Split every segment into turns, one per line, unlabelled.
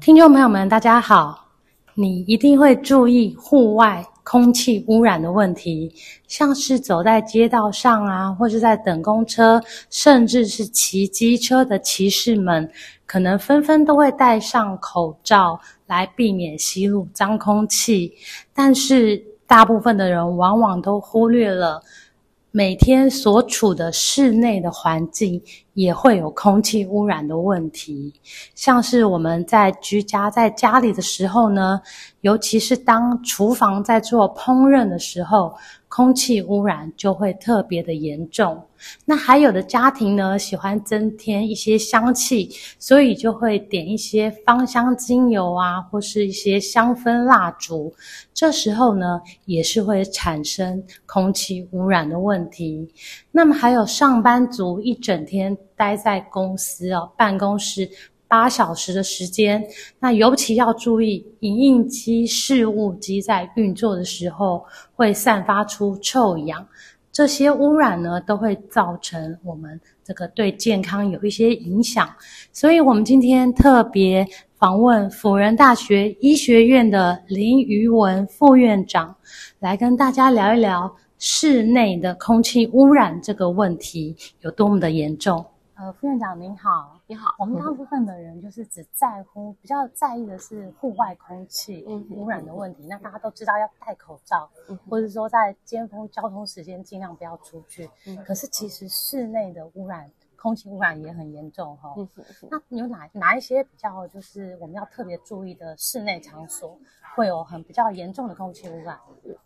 听众朋友们，大家好！你一定会注意户外空气污染的问题，像是走在街道上啊，或是在等公车，甚至是骑机车的骑士们，可能纷纷都会戴上口罩来避免吸入脏空气。但是，大部分的人往往都忽略了每天所处的室内的环境也会有空气污染的问题。像是我们在居家在家里的时候呢，尤其是当厨房在做烹饪的时候，空气污染就会特别的严重。那还有的家庭呢，喜欢增添一些香气，所以就会点一些芳香精油啊，或是一些香氛蜡烛。这时候呢，也是会产生空气污染的问题。那么还有上班族一整天待在公司哦，办公室八小时的时间，那尤其要注意，影印机、事务机在运作的时候会散发出臭氧，这些污染呢都会造成我们这个对健康有一些影响。所以我们今天特别访问辅仁大学医学院的林于文副院长，来跟大家聊一聊室内的空气污染这个问题有多么的严重。呃，副院长您好，
你好，
我们大部分的人就是只在乎，比较在意的是户外空气
嗯哼
污染的问题。那大家都知道要戴口罩，
嗯
或者说在尖峰交通时间尽量不要出去。
嗯
可是其实室内的污染，空气污染也很严重哈、
嗯
那有哪哪一些比较就是我们要特别注意的室内场所会有很比较严重的空气污染？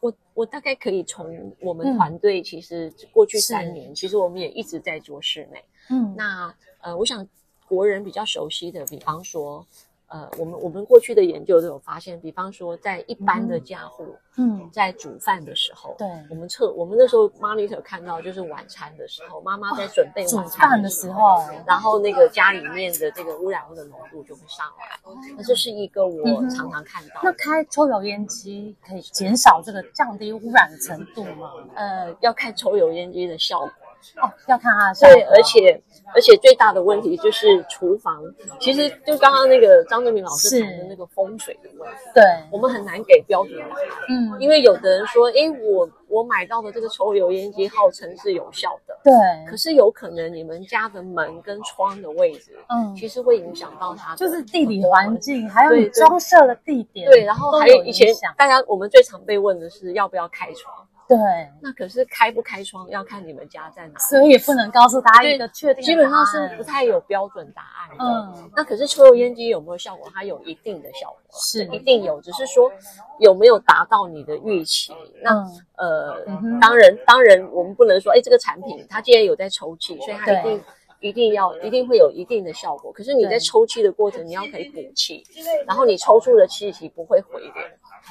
我我大概可以从我们
嗯
团队，其实过去
是
三年，其实我们也一直在做室内。
嗯
那呃，我想国人比较熟悉的，比方说，呃，我们我们过去的研究都有发现，比方说在一般的家户，
嗯，
在煮饭的时候，
对
我们测我们那时候 monitor 看到，就是晚餐的时候，妈妈在准备
煮
晚
饭
餐
的
的
时
时候。
候，
然后那个家里面的这个污染物的浓度就会上来，那这是一个我
嗯哼
常常看到的
那开抽油烟机可以减少这个降低污染的程度吗？
呃，要看抽油烟机的效果。
哦，要看它的效果。
对，而且而且最大的问题就是厨房，其实就刚刚那个张德明老师
是
谈的那个风水的问题，
对，
我们很难给标准答案，
嗯，
因为有的人说，诶，我我买到的这个抽油烟机号称是有效的，
对，
可是有可能你们家的门跟窗的位置，
嗯
其实会影响到它的
就是地理环境，还有
对
你装设的地点，
对，然后还
都
有
有
以前
影响
大家我们最常被问的是要不要开窗，
对，
那可是开不开窗要看你们家在哪里。
所以也不能告诉大家一个
对
确定的答案，
基本上是不太有标准答案的。
嗯
那可是抽油烟机有没有效果？它有一定的效果，
是
一定有，只是说有没有达到你的预期。那、
嗯
呃，
嗯哼
当然，当然，我们不能说，哎，这个产品它既然有在抽气，所以它
对
一定一定要一定会有一定的效果。可是你
对
在抽气的过程，你要可以补气，然后你抽出的气体不会回流。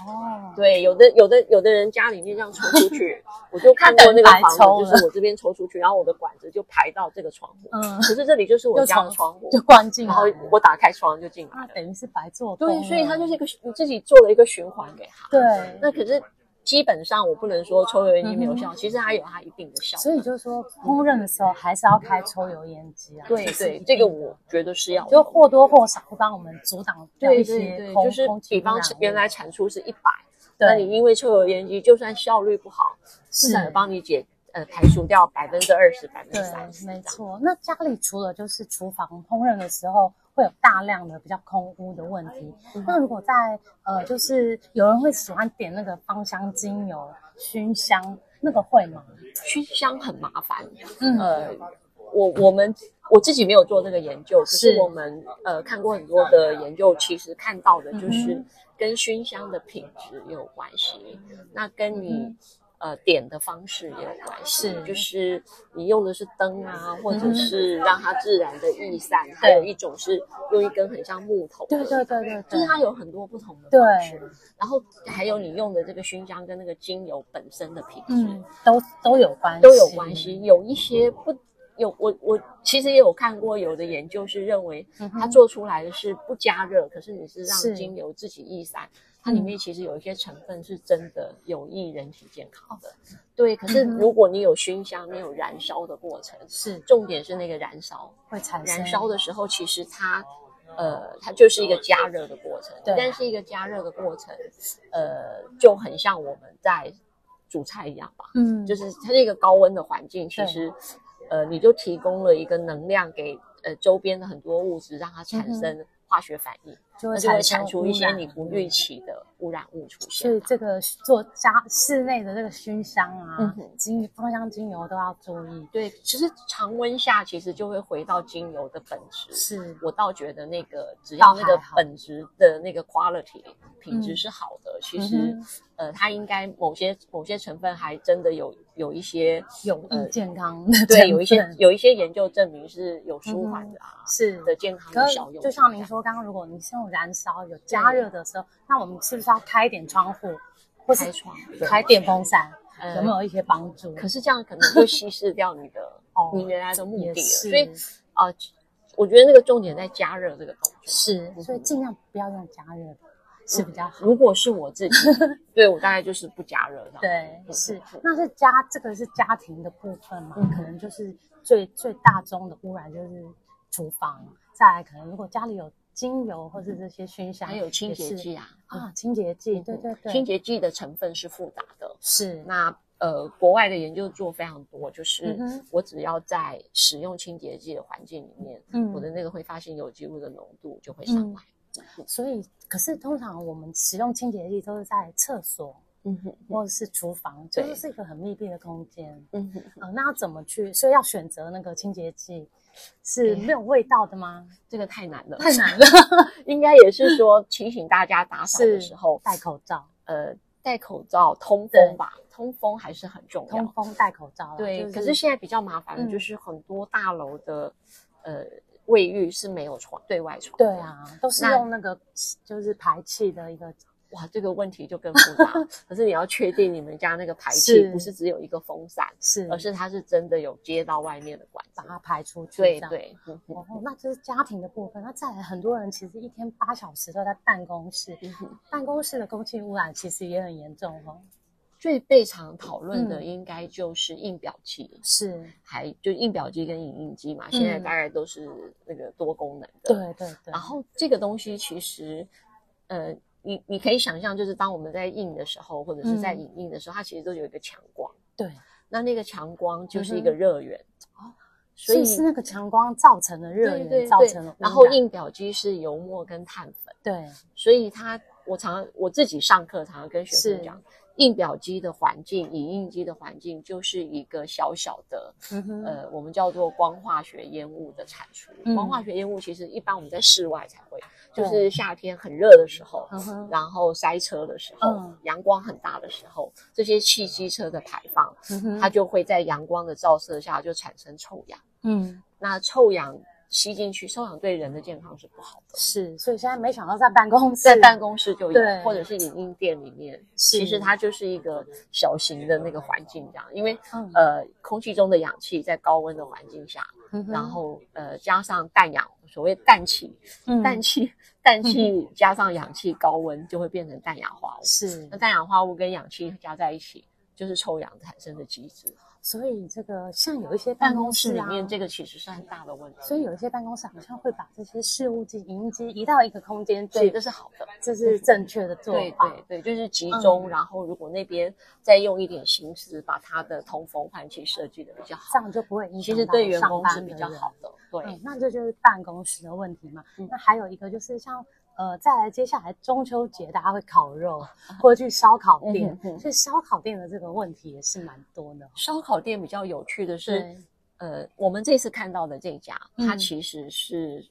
哦，
对，有的有的有的人家里面这样抽出去，我就看过那个
白抽
房
了
子，就是我这边抽出去，然后我的管子就排到这个窗户，
嗯，
可是这里就是我
就
家的
从
窗户，
就灌进
然
来
后，我打开窗就进来
那
了。
等于是白做工
啊对
了，，
所以它就是一个你自己做了一个循环给他。
对，
那可是基本上我不能说抽油烟机没有效，其实它有它一定的效。
所以就是说烹饪的时候还是要开抽油烟机啊，
对
是一
对，
定
这个我觉得是要
就
有。
或多或少会帮我们阻挡掉一
对
些
对对，
空
就是
空气
比
污染物
方原来产出是一百，
对
那你因为抽油烟机，就算效率不好，至
是
少也帮你解呃排除掉百分之二十、百分之三
对，
十。
没错。那家里除了就是厨房烹饪的时候会有大量的比较空污的问题，
嗯
那如果在呃，就是有人会喜欢点那个芳香精油熏香，那个会吗？
熏香很麻烦，
嗯
呃，我我们我自己没有做这个研究，可是
是
我们呃看过很多的研究，其实看到的就
嗯
是跟熏香的品质有关系，那跟你。呃点的方式也有关系，
嗯是
就是你用的是灯啊，或者
嗯
是让它自然的逸散，还有一种是用一根很像木头的，
对对对对，
就是
对
它有很多不同的
对
方式，然后还有你用的这个熏香跟那个精油本身的品质、
嗯，都都有关系，
都有关系，嗯有一些不。有我我其实也有看过，有的研究是认为
嗯哼。
它做出来的是不加热，可是你是
是
让精油自己逸散，它里面其实有一些成分是真的有益人体健康的。哦对，可是
嗯哼
如果你有熏香，没有燃烧的过程，
是
重点是那个燃烧，
会产生
燃烧的时候其实它。呃，它就是一个加热的过程，
对
但是一个加热的过程，呃，就很像我们在煮菜一样吧，
嗯，
就是它是一个高温的环境，其
对
实，呃，你就提供了一个能量给呃周边的很多物质，让它产生化学反应，
就嗯
那
会
就
产
会产
生
出
污
一些
染嗯
你不预期的污染物出
所
现
以。这个做家室内的这个熏香
嗯
啊，
哼
精芳香精油都要注意。
对，其实常温下其实就会回到精油的本质。
是，
我倒觉得那个只要那
倒
个
还好
本质的那个 quality 品质
嗯
是好的，其实
嗯哼
呃它应该某些某些成分还真的有有一些
有益
呃
健康的
对
成
有一些
分嗯
有一些研究证明是有舒缓的啊，
是
的健康
可
的
是
效用。
就像您，说，刚刚如果你是用燃烧有加热的时候，那我们是不是要开一点窗户，或是
开窗
开电风扇，
呃
有没有一些帮助？
可是这样可能会稀释掉你的
哦
你原来的目的
也
了。
是
所以啊、呃我觉得那个重点在加热这个动作。
是，所以
嗯
尽量不要用加热的，是比较好。
如果是 我自己，对我大概就是不加热的。
对，
嗯
是
嗯嗯，
那是家这个是家庭的部分嘛，
嗯
可能就是最最大宗的污染就是厨房，再来可能如果家里有精油或是这些熏香，
还有清洁
也是
剂啊，嗯
啊，清洁剂，对对对，
清洁剂的成分是复杂的。
是
那呃，国外的研究做非常多，就是
嗯哼
我只要在使用清洁剂的环境里面，
嗯
我的那个挥发性有机物的浓度就会上来。
所以可是通常我们使用清洁剂都是在厕所
嗯哼，
或者是厨房，就
对
是一个很密闭的空间。
嗯哼。
啊、那要怎么去？所以要选择那个清洁剂是
哎
没有味道的吗？
这个太难了，啊
太难了，
应该也是说提醒大家打扫的
是
时候，
戴口 罩，
呃，戴口罩通
对
风吧，通风还是很重
通
要。
风戴口罩啦。
对，
就
可是现在比较麻烦的
嗯
就是很多大楼的、呃卫浴是没有窗对外窗。
对，啊，都是
那
用那个就是排气的一个，
哇，这个问题就更复杂。 可是你要确定你们家那个排气
是
不是只有一个风扇，
是啊
而是它是真的有接到外面的管
把
子。
它排出去。
对。对，嗯哼
哦，那这是家庭的部分。那再来，很多人其实一天八小时都在办公室，
嗯哼
办公室的空气污染其实也很严重哦。
最被常讨论
嗯
的应该就是印表机。
是，
还就印表机跟影印机嘛，现在大概都是那个多功能的。
嗯对。对对。
然后这个东西其实，呃，你你可以想象，就是当我们在印的时候，或者是在
嗯
影印的时候，它其实都有一个强光。
对，
那那个强光就是一个
嗯哼
热源，
所
所
以
以
是那个强光造成的热
对对
源造成
对
的污染。。
然后印表机是油墨跟碳粉，
对
所以它我常我自己上课常常跟学
是
生讲，印表机的环境、影印机的环境就是一个小小的
嗯哼
呃，我们叫做光化学烟雾的产出。
嗯
光化学烟雾其实一般我们在室外才会，就
对
是夏天很热的时候，
嗯哼
然后塞车的时候，
嗯
阳光很大的时候，这些汽机车的排放，
嗯哼
它就会在阳光的照射下就产生臭氧。
嗯
那臭氧吸进去，臭氧对人的健康是不好的。
是，所以现在没想到在办公室，
在办公室就
对
有，或者是影音店里面，
是
其实它就是一个小型的那个环境这样，因为、
嗯
呃，空气中的氧气在高温的环境下，
嗯哼
然后呃加上氮氧，所谓氮气，
嗯
氮气，氮气加上氧气高温就会变成氮氧化物。
是
那，氮氧化物跟氧气加在一起，就是臭氧产生的机制。
所以这个像有一些
办
办
公
公
室
室
里
啊
面这个其实是很大的问题，
所以有一些办公室好像会把这些事务机、影音机移到一个空间
对，
去
这，是好的。
这是正确的做
对
法。
对对，就是集
嗯
中，然后如果那边再用一点心思，把它的通风换气设计的比
这
较好，
样就不会影
其
响
实
到
对员
上
工是
班
比
的
较
人
好。的。对
嗯，，那这就是办公室的问题嘛。
嗯
那还有一个就是像呃，再来接下来中秋节大家会烤肉，或者去烧烤店
嗯，哼哼
所以烧烤店的这个问题也是蛮多的。
烧烤店比较有趣的是
对，
呃，我们这次看到的这家，它
嗯
其实是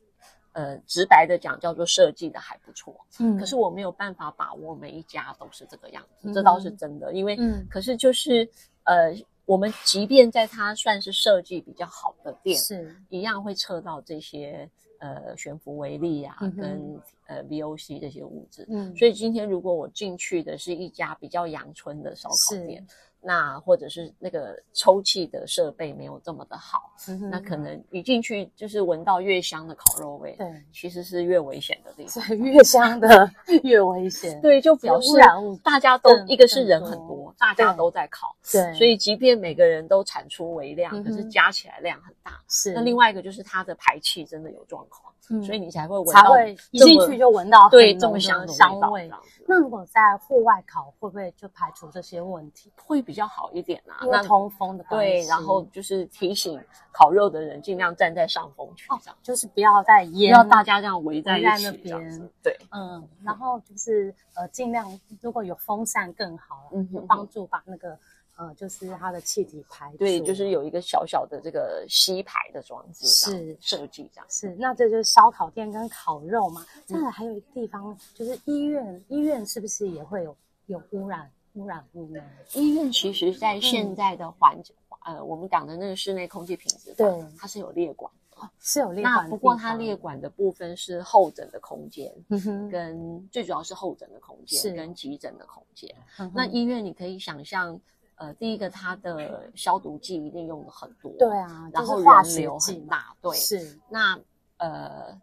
呃，直白的讲叫做设计的还不错，
嗯
可是我没有办法把握每一家都是这个样子，
嗯
这倒是真的。因为，
嗯
可是就是呃，我们即便在它算是设计比较好的店，
是
一样会测到这些呃悬浮微粒啊，
嗯哼
跟呃 VOC 这些物质。
嗯，
所以今天如果我进去的是一家比较阳春的烧烤
是
店，那或者是那个抽气的设备没有这么的好，
嗯哼
那可能一进去就是闻到越香的烤肉味，
对，
其实是越危险的地方。
所以越香的 越危险，
对，就
有
表示啊
污染物
大家都
更
一个是人
更
很
多
多，大家
对
都在烤，
嗯对，
所以即便每个人都产出微量，可是
嗯哼
加起来量很大。
是
那另外一个就是它的排气真的有状况，
嗯
所以你才会闻
才
到
会一
这
进
么
去就闻到
对
很
这
浓
么
的
香的
香
味
味
道。这样子
那如果在户外烤，会不会就排除这些问题？
会比较好一点啊。
因
那
为通风的关系，
对，然后就是提醒烤肉的人尽量站在上风区这样，
就是不要再
不
烟，
要大家这样哦围在一
围在
起
那
这样子
边。
对，
嗯，然后就是呃，尽量如果有风扇更好，
嗯哼
帮助把那个呃，就是它的气体排出。
对，就是有一个小小的这个吸排的装置这样
是
设计这样。
是，那这就是烧烤店跟烤肉嘛。
嗯
再来还有一个地方就是医院，医院是不是也会有有污染污染物呢？
医院其实在现在的环境。呃，我们讲的那个室内空气品质法，
对
它是有列管，
是有列管的地方，
那不过它列管的部分是候诊的空间，
嗯哼，
跟最主要是候诊的空
是
间跟急诊的空间。
嗯哼
那医院你可以想象，呃，第一个它的消毒剂一定用的很多，
对，啊，
然后
就是化
人
学
流
剂
很
嘛，
大，对。
是
那呃，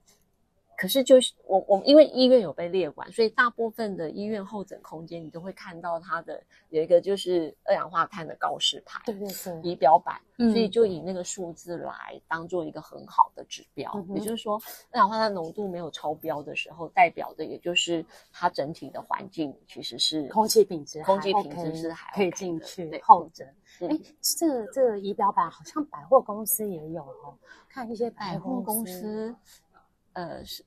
可是就是我我们因为医院有被列管，所以大部分的医院候诊空间你都会看到它的有一个就是二氧化碳的告示牌。
对对对，
仪表板，
嗯
所以就以那个数字来当做一个很好的指标。
嗯哼
也就是说，二氧化碳浓度没有超标的时候，代表的也就是它整体的环境其实是
空气品质还
空气
OK，
品质是还
可以
OK
进
的
去
对
候诊。
嗯
哎，这个这个仪表板好像百货公司也有哦，看一些
百货
货
公
司
司，呃，是，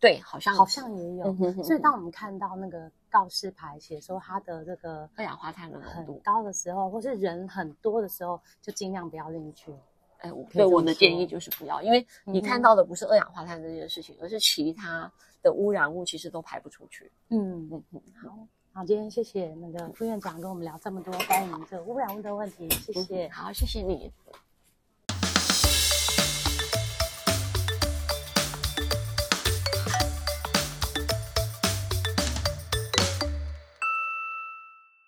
对，好像
好像也有
嗯。哼哼
所以当我们看到那个告示牌写说它的这个
二氧化碳的浓
很
度，
高的时候，或是人很多的时候，就尽量不要进去。
哎，我
可以
对
这么
我的建议
说
就是不要，因为你
嗯哼
看到的不是二氧化碳这件事情，而是其他的污染物其实都排不出去。
嗯，
嗯哼，
好，今天谢谢那个副院长跟我们聊这么多关于这个污染物的问题，谢
嗯
谢。
好，谢谢你。